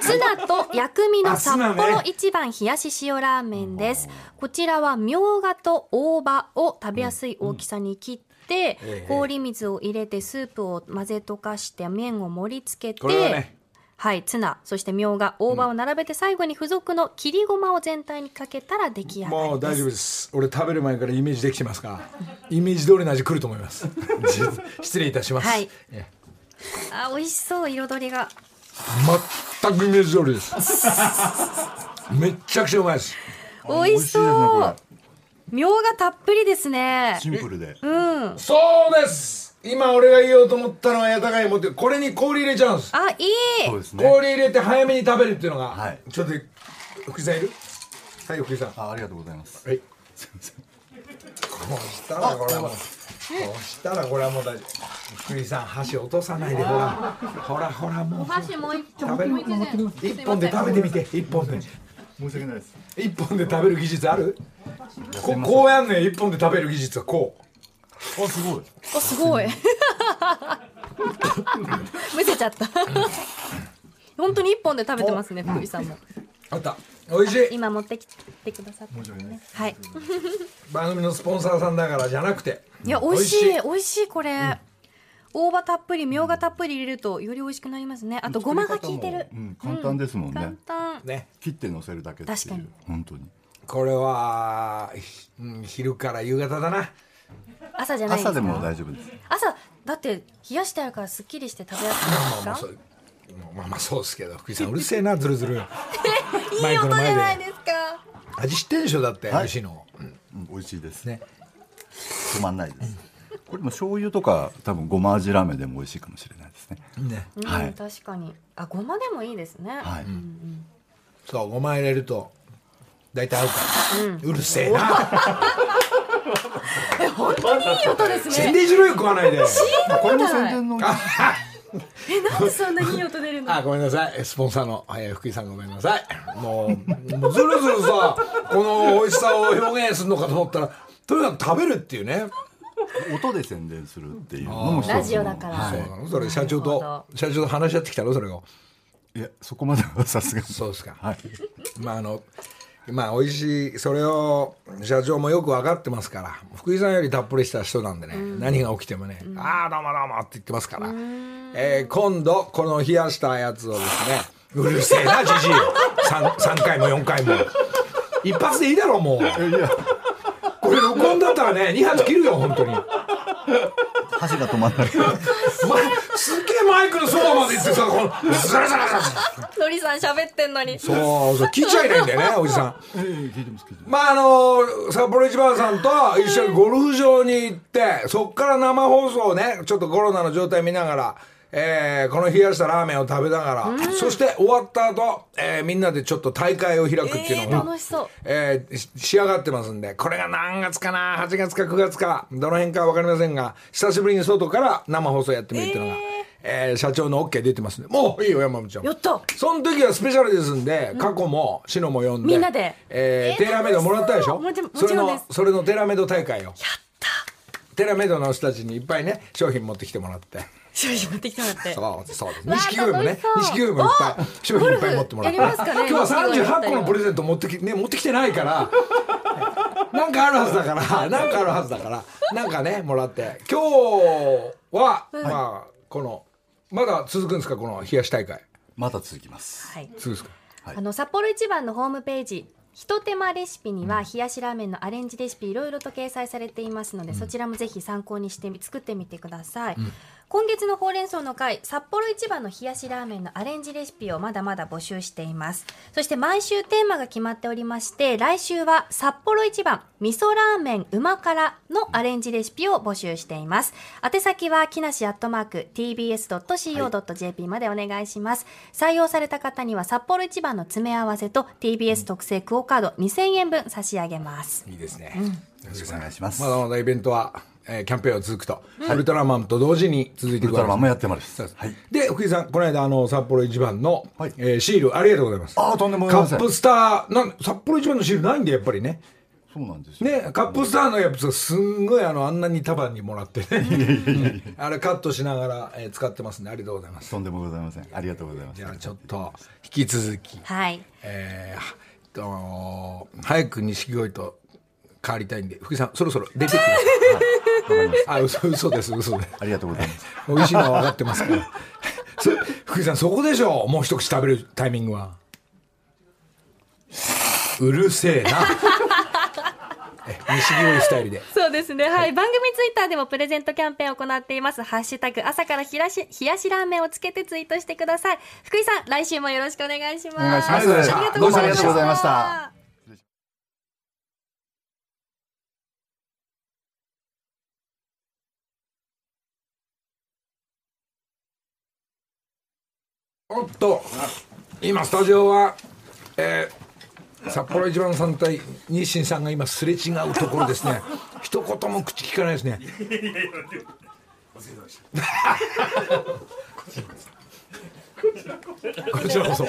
ツナと薬味の札幌一番冷やし塩ラーメンですこちらはみょうがと大葉を食べやすい大きさに切って氷水を入れてスープを混ぜ溶かして麺を盛り付けて
これはね
はい、ツナ、そしてみょうが、大葉を並べて最後に付属の切りごまを全体にかけたら出来上がりです。
もう大丈夫です俺食べる前からイメージできてますからイメージ通りの味来ると思います 失礼いたします、
はい
え
あ、美味しそう、彩りが。
全くイメージ通りですめっちゃくちゃうまいです
美味し
美味しいです
そ
ね
う。みょうがたっぷりですね。
シンプルで。
そうです今俺が言おうと思ったのはやたかい持ってこれに氷入れちゃうんです、
あ、いい
そう。ですね。
氷入れて早めに食べるっていうのが、
はい
ちょっと福井さんいるはい福井さん
あありがとうございます。
はいすいませんこうしたらこれはもうこうしたらこれはもう大丈夫福井さん箸落とさないでほらほらほらもう
箸もう一
食べる一本で食べてみて一本で
申し訳ないです。
一本で食べる技術あるここうやんねん一本で食べる技術はこう
あすごい。
個すごい。むせちゃった。本当に一本で食べてますね、福井さんも。
あった美味しい
今持ってきてくださってますね。はい。
番組のスポンサーさんだからじゃなくて
いや、美味しい、美味しい、これ。大葉たっぷり、みょうがたっぷり入れると、より美味しくなりますね。あと、ごまが効いてる
う。ん簡単ですもん
簡
ね。
単。
ね
切って乗せるだけってい
確かに
う本当に。
これは、ひうん昼から夕方だな
朝じゃないですか。
朝でも大丈夫です。
朝、だって、冷やしてあるから、すっきりして食べやすくないですか。
まあまあそうですけど福井さんうるせえなずるずる
い
マ
い
イクの
音じ
前
ゃ
で
ないですか。
味知ってるでしょだって、
はい
美味しいの
うん美味しいです。
ね
止まんないです。これも醤油とか多分ごま味ラーメンでも美味しいかもしれないですね。
ね
うん、
はい
確かに。あ、ごまでもいいですね。
はい。
そうごま入れると大体合うから、うるせえな
いい音です
宣
ね。
伝しろよ食わないで
これも宣伝の。
え、なんでそんなにいい音出るの。
あごめんなさいスポンサーの、えー福井さんごめんなさいもうもうずるずるさこの美味しさを表現するのかと思ったらとにかく食べるっていうね
音で宣伝するっていうのも一つの
ラジオだから
はい
そうなのそれ社長
なるほ
と社長と話し合ってきたのそれを
いやそこまではさすがに
そうですか
はい
まああのまあ美味しいそれを社長もよく分かってますから福井さんよりたっぷりした人なんでね、何が起きてもね、ああどうもどうもって言ってますから、えー今度この冷やしたやつをですねうるせえなじじい 3, 回も4回も一発でいいだろもう
いや
これ録音だったらね、2発切るよ、本当に。
箸が止まんない。
ま、すげえマイクのそばまで行ってさ、この、ザラザラザラ。
のりさん喋ってんのに。
そうそう、聞いちゃいないんだよ ね、おじさん。まあ、あの、札幌一番さんと一緒にゴルフ場に行って、そっから生放送をね、ちょっとコロナの状態見ながら、えーこの冷やしたラーメンを食べながら、そして終わった後、えーみんなでちょっと大会を開くっていうのが、
えー楽しそう
えーし仕上がってますんで、これが何月かな、8月か9月か、どの辺かわかりませんが、久しぶりに外から生放送やってみるっていうのが、えー社長の OK 出てますんで、もういいよ、山本ちゃん。
やった
その時はスペシャルですんで、過去も、シノも呼んで、
みんなで
えーテーラーメイドもらったでしょ
もちも
それ
ちろんで
の
す、
それのテーラーメイド大会を。やったテーラーメイドの人たちにいっぱいね、商品持ってきてもらって。
正直持ってきてもらって。
そう、そうです。
わあ
錦鯉もね
楽しそう、
錦鯉もいっぱい、商品いっぱい持ってもらって。
ゴルフやりますか
今
ね
日は
錦鯉だった
38
り
個のプレゼント持ってき、ね、持ってきてないから。 なんかあるはずだから、なんかあるはずだから、なんかね、もらって。今日は、まあ、この、まだ続くんですか、この冷やし大会。
また続きます。
はい。
続くんですか。
あの札幌一番のホームページひと手間レシピには冷やしラーメンのアレンジレシピいろいろと掲載されていますので、そちらもぜひ参考にしてみ作ってみてください、今月のほうれん草の会札幌一番の冷やしラーメンのアレンジレシピをまだまだ募集していますそして毎週テーマが決まっておりまして来週は札幌一番味噌ラーメンうま辛のアレンジレシピを募集しています宛先は木梨アットマーク tbs.co.jp までお願いします、採用された方には札幌一番の詰め合わせと TBS 特製クオカード2000円分差し上げます
いいですね。
よろしくお願いします。
まだまだイベントは、えーキャンペーンは続くと、ウルトラマンと同時に続いて
ウ
いく
ルトラマンもやって
ま
ます。
す。
はい。
で、福井さん、この間、あの、札幌一番の、
はい
えーシール、ありがとうございます。
あーとんでもございません
カップスター、なん札幌一番のシールないんで、やっぱりね。
そうなんですよ。
ね、カップスターのやつ、すんごい、あの、あんなに束にもらってね。うんあれ、カットしながら、えー使ってますんで、ありがとうございます。
とんでもございません。ありがとうございま
じ
す
ゃ。あ、ちょっと、引き続き、
はい
えー、あのー早く錦鯉と変わりたいんで、福井さん、そろそろ出てきてください。
わかりました
あ、嘘、嘘です、嘘です。
ありがとうございます。
美味しいのは分かってますから。 そ福井さん、そこでしょもう一口食べるタイミングは。うるせえな。 え、西日本スタイルで。
そうですね。はい。番組ツイッターでもプレゼントキャンペーンを行っています。ハッシュタグ、朝から冷やし、冷やしラーメンをつけてツイートしてください。福井さん、来週もよろしくお願いします。
お願いします
ありがとうございました。
どうもありがとうございました。
おっと、今スタジオは、えー札幌一番さん対日清さんが今すれ違うところですね。一言も口聞かないですね。こちらこそ。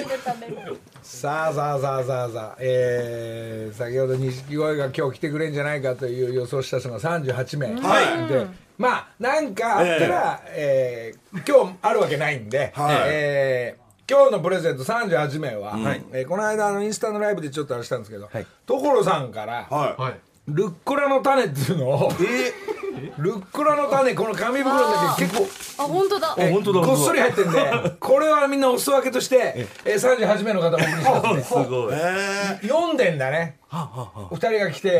さあさあさあさあさあ、えー先ほど錦鯉が今日来てくれんじゃないかという予想した人が38名、はい、でまあなんかあったら、えー今日あるわけないんで、
はい
えー今日のプレゼント38名は、えーこの間あのインスタのライブでちょっとあれしたんですけど、所さんから、
はい
はい。
ルッコラの種っていうのを、 ルッコラの種この紙袋の中に結構
あ、本当だ。
え
本当だ
こっそり入ってんでこれはみんなお裾分けとして、えー、38名の方お送りしますね
すごい。
読んでんだねお二人が来て、来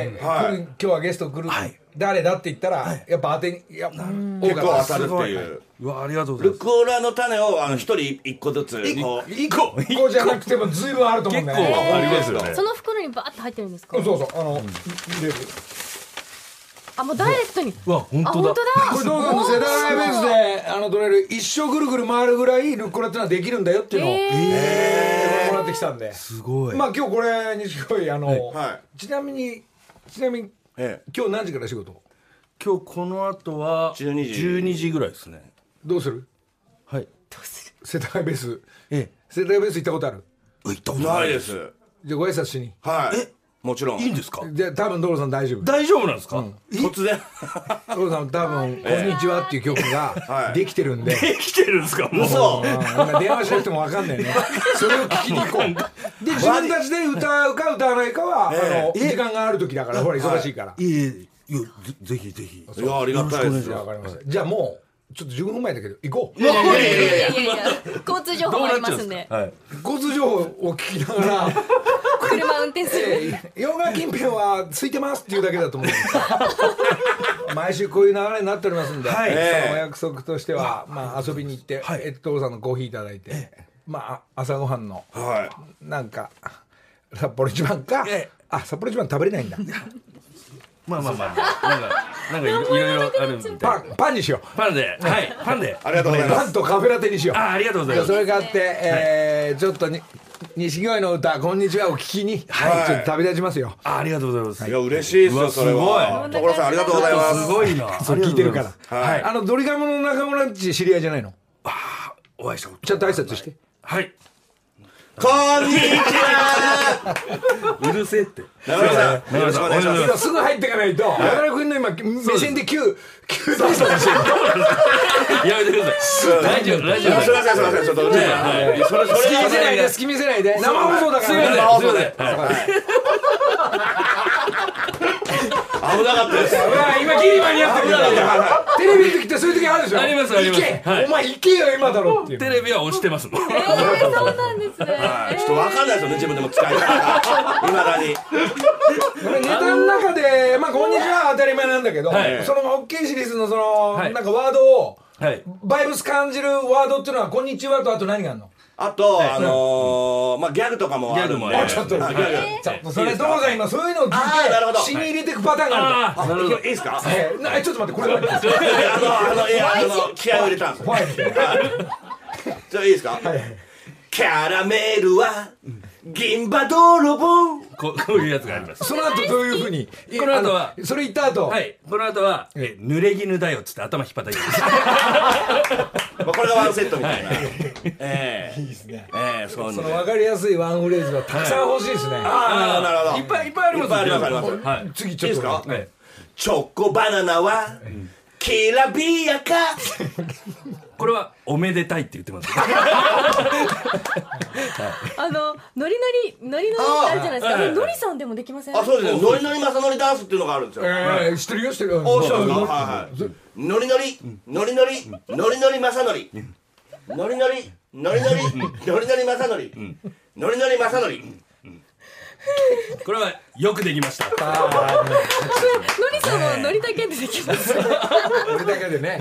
る今日はゲスト来る、誰だって言ったら、やっぱ当てにいや多
結
か
構
った
当たるって
す
いう
うわ、ありがとうござい
ル
ます。
クオラの種をあの一人一個ずつこう
1個1個じゃなくても随分あると思うん
結
だ
構
よね
ありますよね。
その袋にバーって入ってるんですか
そうそうあの、で
あ、もうダイレクトに。
うわ、本
あ、
当
本。当
だ
こ
だ。
れどうぞ世田谷ベースであの取れる一生ぐるぐる回るぐらいルッコラってのはできるんだよっていうのを、もらってきたんです
ごい。
まあ今日これ錦鯉あの、
は
ちなみにちなみに
え
今日何時から仕事
今日この後は
12時
12時ぐらいですね。
どうする
はい。
世田谷ベース
え
世田谷ベース行ったことある
え。行ったこ
え
と
な
ないい
で
です。
す
じゃあご挨拶しに
はいもちろん
いいんですか
じゃあ多分ドロさん大丈夫
大丈夫なんですか
突然
ドロさん多分「こんにちは」っていう曲が
い
できてるんで、
生きてるんですかもう。
嘘
あ今電話しなくても分かんないねそれを聞きに行こうで自分たちで歌うか歌わないかは、あの時間がある時だからほら忙しいから、
いえいえ。いや、ぜぜひぜひ。
いやありがたいです
じゃあ分
よ
かりました、じゃあもうちょっと15分前だけど行こう、
いやいやいやいや、交通情報もありますんで、
はい。
交通情報を聞きながら
車運転する。
えー、洋菓川近辺は空いてますっていうだけだと思 うんですよ毎週こういう流れになっておりますんで、
はい
そ
ええ
のお約束としては、まあ、遊びに行って、えっとさんのコーヒーいただいて、まあ朝ごはんの
はい
なんか札幌一番か、
ええ
あ札幌一番食べれないんだ
まあまあまあまあなんかなんかいろいろいろあるみたい
パ
な
ンパンにしよ
パンではいパンで
ありがとうござ
う
いま
パ
す
ンとカフェラテにしよう
あありがとうござい
じゃあ
ます
それ買って、えーちょっとに錦鯉の歌「こんにちは」を聞きに、
はい
ちょっと旅立ちますよ
あありがとうございます
いや嬉しいです
う
よ
わ
それは
す
所さんありがとうございます
すごいな
それ聞いてるから
はい
あのドリカムの中村っち知り合いじゃないの
お会いしたこと
ちょっと挨拶して
はい
こんにちは
うるせえって
中村さんよろしくお願いします
今すぐ入っていかないと山田君の今目線で9九出したらしい
やめてくださいラジオラジオ
すいませんすいませんちょっと
ねはいそれそれ
隙見せないで隙見せないで生放送だ
すい
か
ません
ら
すい
ね
ません
危なかったです
うわ今ギリ間に合ってるからテレビの時ってそういう時あるでしょ
ありますあります
行け
はい
お前行けよ今だろっていう
テレ ビは押してますもん
えー、そうなんですね。
はいちょっと分かんないですよね自分でも使い方いまだに
これネタの中で「まあこんにちは」当たり前なんだけど
はい
その OK シリーズのその
は
なん
い
かワードを
はい
バイブス感じるワードっていうのは「こんにちは」とあと何があるの
あとあのーまあギャグとかもあるん
ギャグ
で
もある
ちょっと
あギャグ
ちょっとそれどうぞ今そういうのを聞
あーなるほ
い
ど
て死に入れていくパターンがある
あいいよいいですか
えーなえちょっと待ってこれ待って
あの、あの、いや、あの、気合を入れたんですよ。
怖いみたいな
じゃあ、いいですか。キャラメルは銀歯泥棒。
ここういうやつがあります
その後どういうふうに
この後は
あのそれ言った後
はいこの後はえ濡れ衣だよっつって頭引っ張ったります
まあ、これがワンセットみたいな。ええ。いいですね。ええ、そう
そ
な
の
の。
分かりやすいワンフレーズがたくさん欲しいですね
ああ、なるほど。
いっ ぱいいっぱいありま
い
す
っぱいありますあります
はい
次
いい
ちょ
で
っ
す
と
か。
はい
チョコバナナは。きらびやか。
これはおめでたいって言ってます
あのノリノリノリノリあるじゃないですか。あれノリさんでもできません。
あ、そうですね。ノリノリマサノリダンスっていうのがあるんですよ。
えー知ってるよ知ってるよ
お、そうですか。はいはい。ノリノリ、ノリノリ、ノリノリマサノリ。ノリノリ、ノリノリ、ノリノリマサノリ。ノリノリマサノリ。
これはよくできました
ノリさんもノリだけでできます。
俺だけでねなん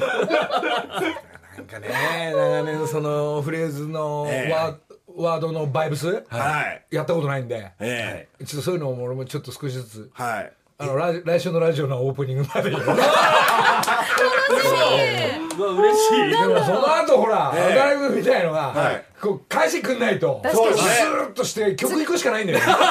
かね長年そのフレーズの
ええ
ワワードのバイブス
はい。
やったことないんで
え
ちょっとそういうのも俺もちょっと少しずつ
え。はい。
あのラジ来週のラジオのオープニングま ででもそう
わ嬉しい
の後ほら
ええ
働くみたいの
は
が
い
こう返してくんないと
確か
そう
に
です
ス
ね
ーッとして曲行くしかないんだよね
突っ込ま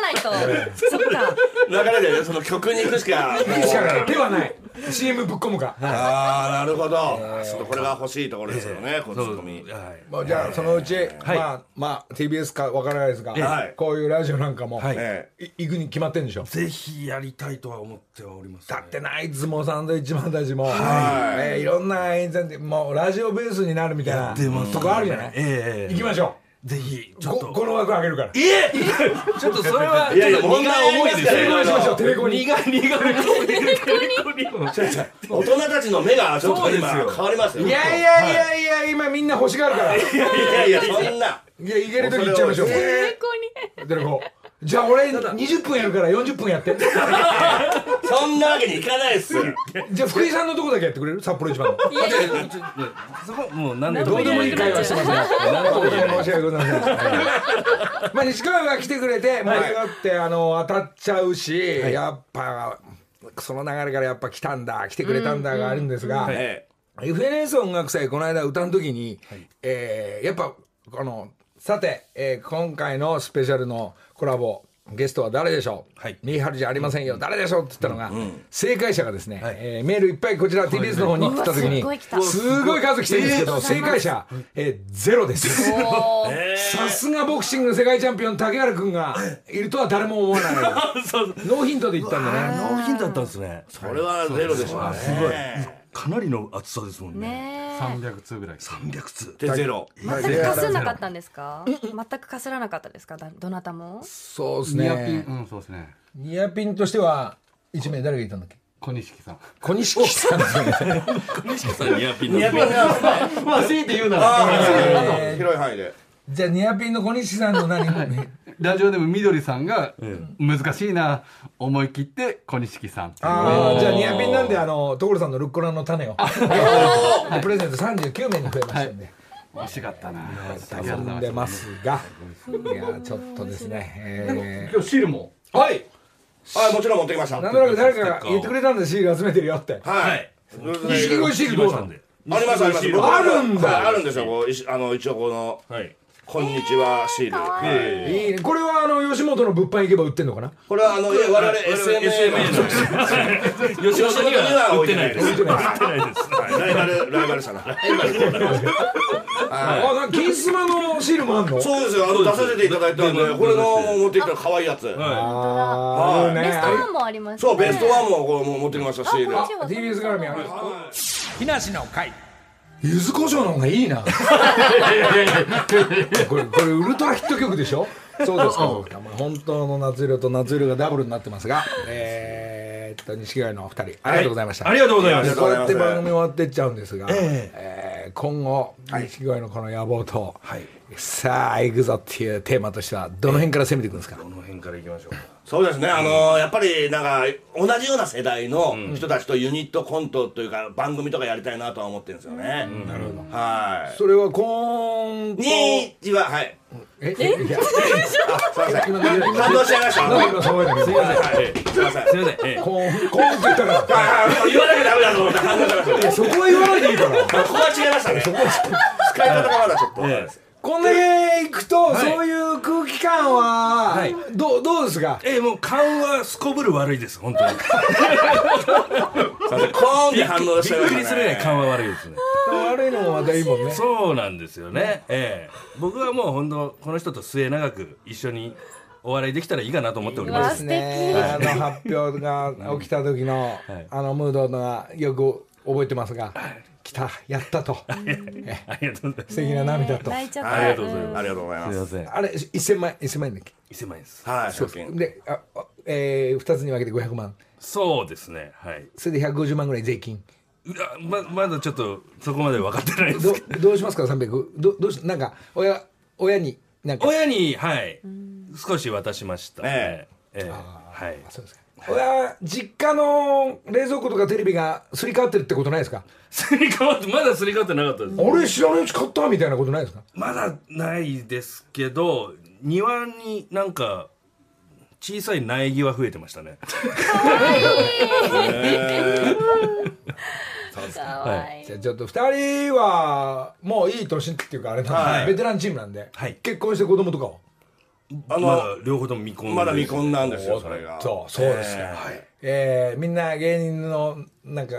ないと。そっか。
流れでね、その曲に行くしか。
行くしかないではない CM ぶっ込むか
ああ、なるほど。そうこれが欲しいところですよね、このツッコミ。
はい
まあ、じゃあそのうち、まあ、まあ、TBS かわからないですが、
はい
こういうラジオなんかも、い、
え
行くに決まってんでしょ
ぜひやりたいとは思ってはおります、
だってナイツもサンドイッチマンたちも、いえーいろんな演者でもうラジオベースになるみたいなとこあるじゃない、
ええ
行きましょ
ぜひ
う
ちょっ
ことこの枠あげるから
い えちょっとそれは
やい
ち
や
ょっと荷が重い
問
です
題ありますから
テレコにしましょうテレコに
荷が荷が
え大人たちの目がちょっと今
そう
変
ですよ
わりますよ。
いやいやいやいや今みんな欲しがるからいや
いやいや、そんな。
行ける時行っちゃいましょう
え
最高に。
テレコじゃあ俺20分やるから40分やって
そんなわけにいかないっす。
じゃあ福井さんのとこだけやってくれる札幌一番の
いやいや
そこもう何で
どうでもいい会話してますね。本当に申し訳ございません。まあ西川が来てくれて盛り上がってあの当たっちゃうし、やっぱその流れからやっぱ来たんだ来てくれたんだがあるんですが、
え
FNS 音楽祭この間歌の時に、えーやっぱこのさて、えー今回のスペシャルのコラボゲストは誰でしょう、
はい
ミーハルじゃありませんよ、誰でしょうって言ったのが、正解者がですね、えーメールいっぱいこちら TBS の方に来た時に
うわすごい来た
すごい数来てるんですけど、正解者、えーゼロですさすがボクシングの世界チャンピオン竹原君がいるとは誰も思わ ない
そう
ノーヒントで言ったんだね
ノーヒントだったんですね
え。これはゼロでしょう
す
ね。
ごいかなりの厚さですもんね
ねえ。
300通ぐらい
300通
で、ゼロ。
全くかすらなかったんですか。全くかすらなかったですか。だどなたも。
そうです
ニアピン
ね
うんそうですね
ニアピンとしては1名誰がいたんだっけ
小錦さん
小錦さんですよね
ニアピン
ニアピンなんですね。
まあ強いて言うなら
ああ、広い範囲で。
じゃあニアピンの小西さんの何、
ラジオでもみどりさんが難しいな思い切って小錦さんっていう
ああじゃあニアピンなんであの所さんのルッコラの種をでプレゼント39名に増えましたんで、
惜しかったなあり
頼
がとうご
ん
ざ
で
いま
ますがいやーちょっとですね、え
す今日シールも
ー、はい
はいもちろん持ってきました
なんとなく誰かが言ってくれたんでシール集めてるよって
はい
錦鯉シールどうなん
で
ありますあります
錦鯉シール
僕
あるんだ
はいあるんですよこういしあの一応この
はい
「こんにちは」シールはい
いいねこれはあの吉本の物販行けば売ってんのかな
これはあのいや我々 SMA の
吉
吉本には置いてないです
売ってないです
はいライバルライバルさんの
あなんか金スマのシールもあんの
そうですよあの出させていただいたんでこれの持ってきた可愛いやつ
あーあるね
ベストワンもありますね
そうベストワンもこうもう持ってきましたシール
あこんにちは
TBS 絡みある木梨の会柚子胡椒の方が いいなこれこれウルトラヒット曲でしょそうですかそうですかまあ本当の夏色と夏色がダブルになってますがえーっと錦鯉のお二人ありがとうございました、
ありがとうございま
ですこうやって番組終わってっちゃうんですが、えー今後錦鯉のこの野望と、さあ行くぞっていうテーマとしてはどの辺から攻めていくんですか、
この辺からいきましょう
そうですね、あのやっぱりなんか同じような世代の人たちとユニットコントというか番組とかやりたいなとは思ってるんですよね、なるほどは
それは今後
いにちははい
ええいや
あすいません
今何
感動しちゃいました
何今そういうのすいません
はいすいません
すいませんええ
こう、こうって言ったから。
あー言わなきゃダメだと思って感動しちゃいまし
そこは言わないでいいから。
たここは違いましたね使い方がまだちょっと、
この辺行くと、そういう空気感は、
はい
どう、どうですか
ええもう勘はすこぶる悪いです本当 に
すいませんコーンって反応しち
び
ゃい
っ
まし
く
た、ね、
りするぐらい勘は悪いですね
悪いのもまたいいもんね。
そうなんですよね、ええ、僕はもう本当この人と末永く一緒にお笑いできたらいいかなと思っており
う
ま
わ
す
素敵
ねあの発表が起きた時の、あのムードがよく覚えてますが、来た、やったと。え
ありがとうございます
素敵な涙と。
泣いちゃった
ありがとうござい
ん
ます、ありがとうございます
すいません
あれ、1000万円、1000万円だっけ
伊勢前です
はい賞金
で、ああえー、2つに分けて500万。
そうですねはい
それで150万ぐらい税金。
うわままだちょっとそこまで分かってないです
ど
けど
どうしますか、300。どどうし、なんか、親、親に、なんか。
親にはい少し渡しました
え
ええはい
そうですか。親実家の冷蔵庫とかテレビがすり替わってるってことないですか。
すり替わってまだすり替わってなかったです
俺知らないうち買ったみたいなことないですか。
まだないですけど庭になんか小さい苗木は増えてましたね
かわいい
じゃあちょっと二人はもういい年っていうかあれなんで、
はい
ベテランチームなんで、
はい
結婚して子供とかを。
あ
ま
の
だ両方とも未婚
まだ未婚なんですよそれが
そうそうですね。えーみんな芸人のなんか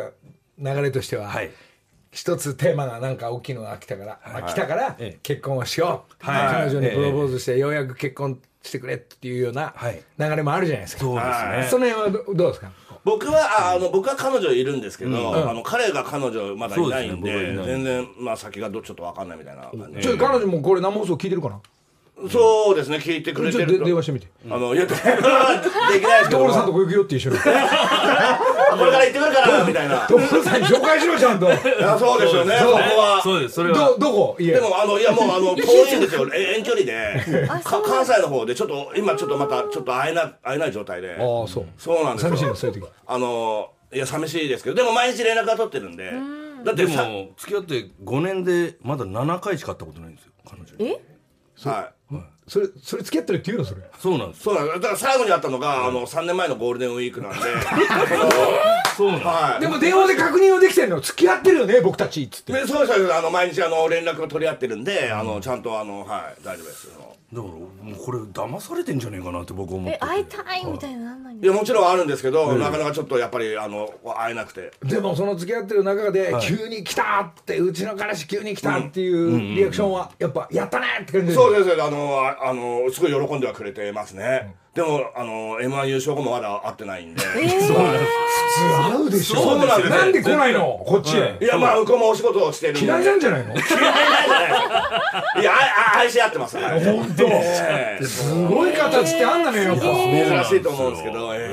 流れとしては、
はい
一つテーマがなんか大きいのが来たから、あ来たから
ええ
結婚をしよう、
は
彼
い
女にプロポーズしてようやく結婚してくれっていうような
はい
流れもあるじゃないですか、
そうですね
その辺はどどうですか
僕はああの僕は彼女いるんですけど、あの彼が彼女まだいないんで
そうですね僕はいない
全然まあ先がどちょっとわかんないみたいな感じ
ちょ彼女もこれ生放送聞いてるかな
そうですね聞いてくれ
ち
て
ょっとで
る
電
と
話してみて
あのいやで きないですけど
所さんとこ行くよって一 緒に
あこれから行ってくるからみたいな
所さんに紹介しろちゃんと
いやそうですよねそ
そう
こは
そうですそれは
ど どこ家
でもあのいやもうあの遠いんですよえ遠距離で
あそ
か
う
関西の方でちょっと今ちょっとまたちょっと会えな会えない状態で
ああそう
そうなんですよ
寂しいのそういう時
あのいや寂しいですけどでも毎日連絡は取ってるんでだって
で
さ
も付き合って5年でまだ7回しか会ったことないんですよ彼女に
え
はい
それそれ付き合ってるって言うのそれ
そうなんです
そうなんですだから最後に会ったのが、あの3年前のゴールデンウィー クなんで
そうなんです
はい
でも電話で確認はできてるの付き合ってるよね僕たちっつって
でそうですそうですあの毎日あの連絡を取り合ってるんであのちゃんとあのはい大丈夫ですあの
だからもうこれ騙されてんじゃねえかなって僕は思
え
ってて
会いたいみたいなのなんないん
いやもちろんあるんですけど、なかなかちょっとやっぱりあの会えなくて
でもその付き合ってる中で急に来たってうちの彼氏急に来たっていうリアクションはやっぱやったねって感じで
そうですそうですあのああのすごい喜んではくれてますね、でもあの m 1優勝後もまだ会ってないんで、
普通会うでしょ
そうなんですよ
なんで来ないのこっちへ
いやまあ向こうもお仕事をしてるんで
嫌いなんじゃない の
いやああ愛し合ってます、はい
本当
ええ
すごい形ってあんなのよやっぱ
珍しいと思うんですけど、え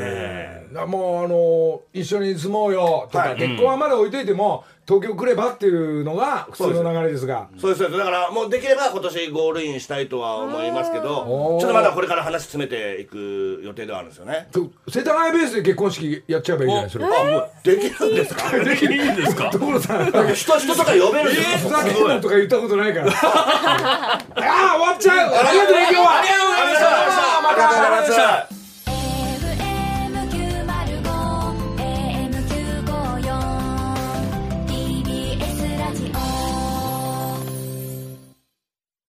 え
あもうあの一緒に住もうよとか、結婚はまだ置いといても東京来ればっていうのが普通の流れですが
そうですそうですだからもうできれば今年ゴールインしたいとは思いますけどちょっとまだこれから話詰めていく予定ではあるんですよね
世田谷ベースで結婚式やっちゃえばいいじゃないそれ
あもうできるんです か
いいんですか
所さん
人人とか呼べるんですか
ふざけんなとか言ったことないから。ああ、終わっちゃう。ありがとうね、今日は。
ありがとうございました
あーまた。
ありがとうございました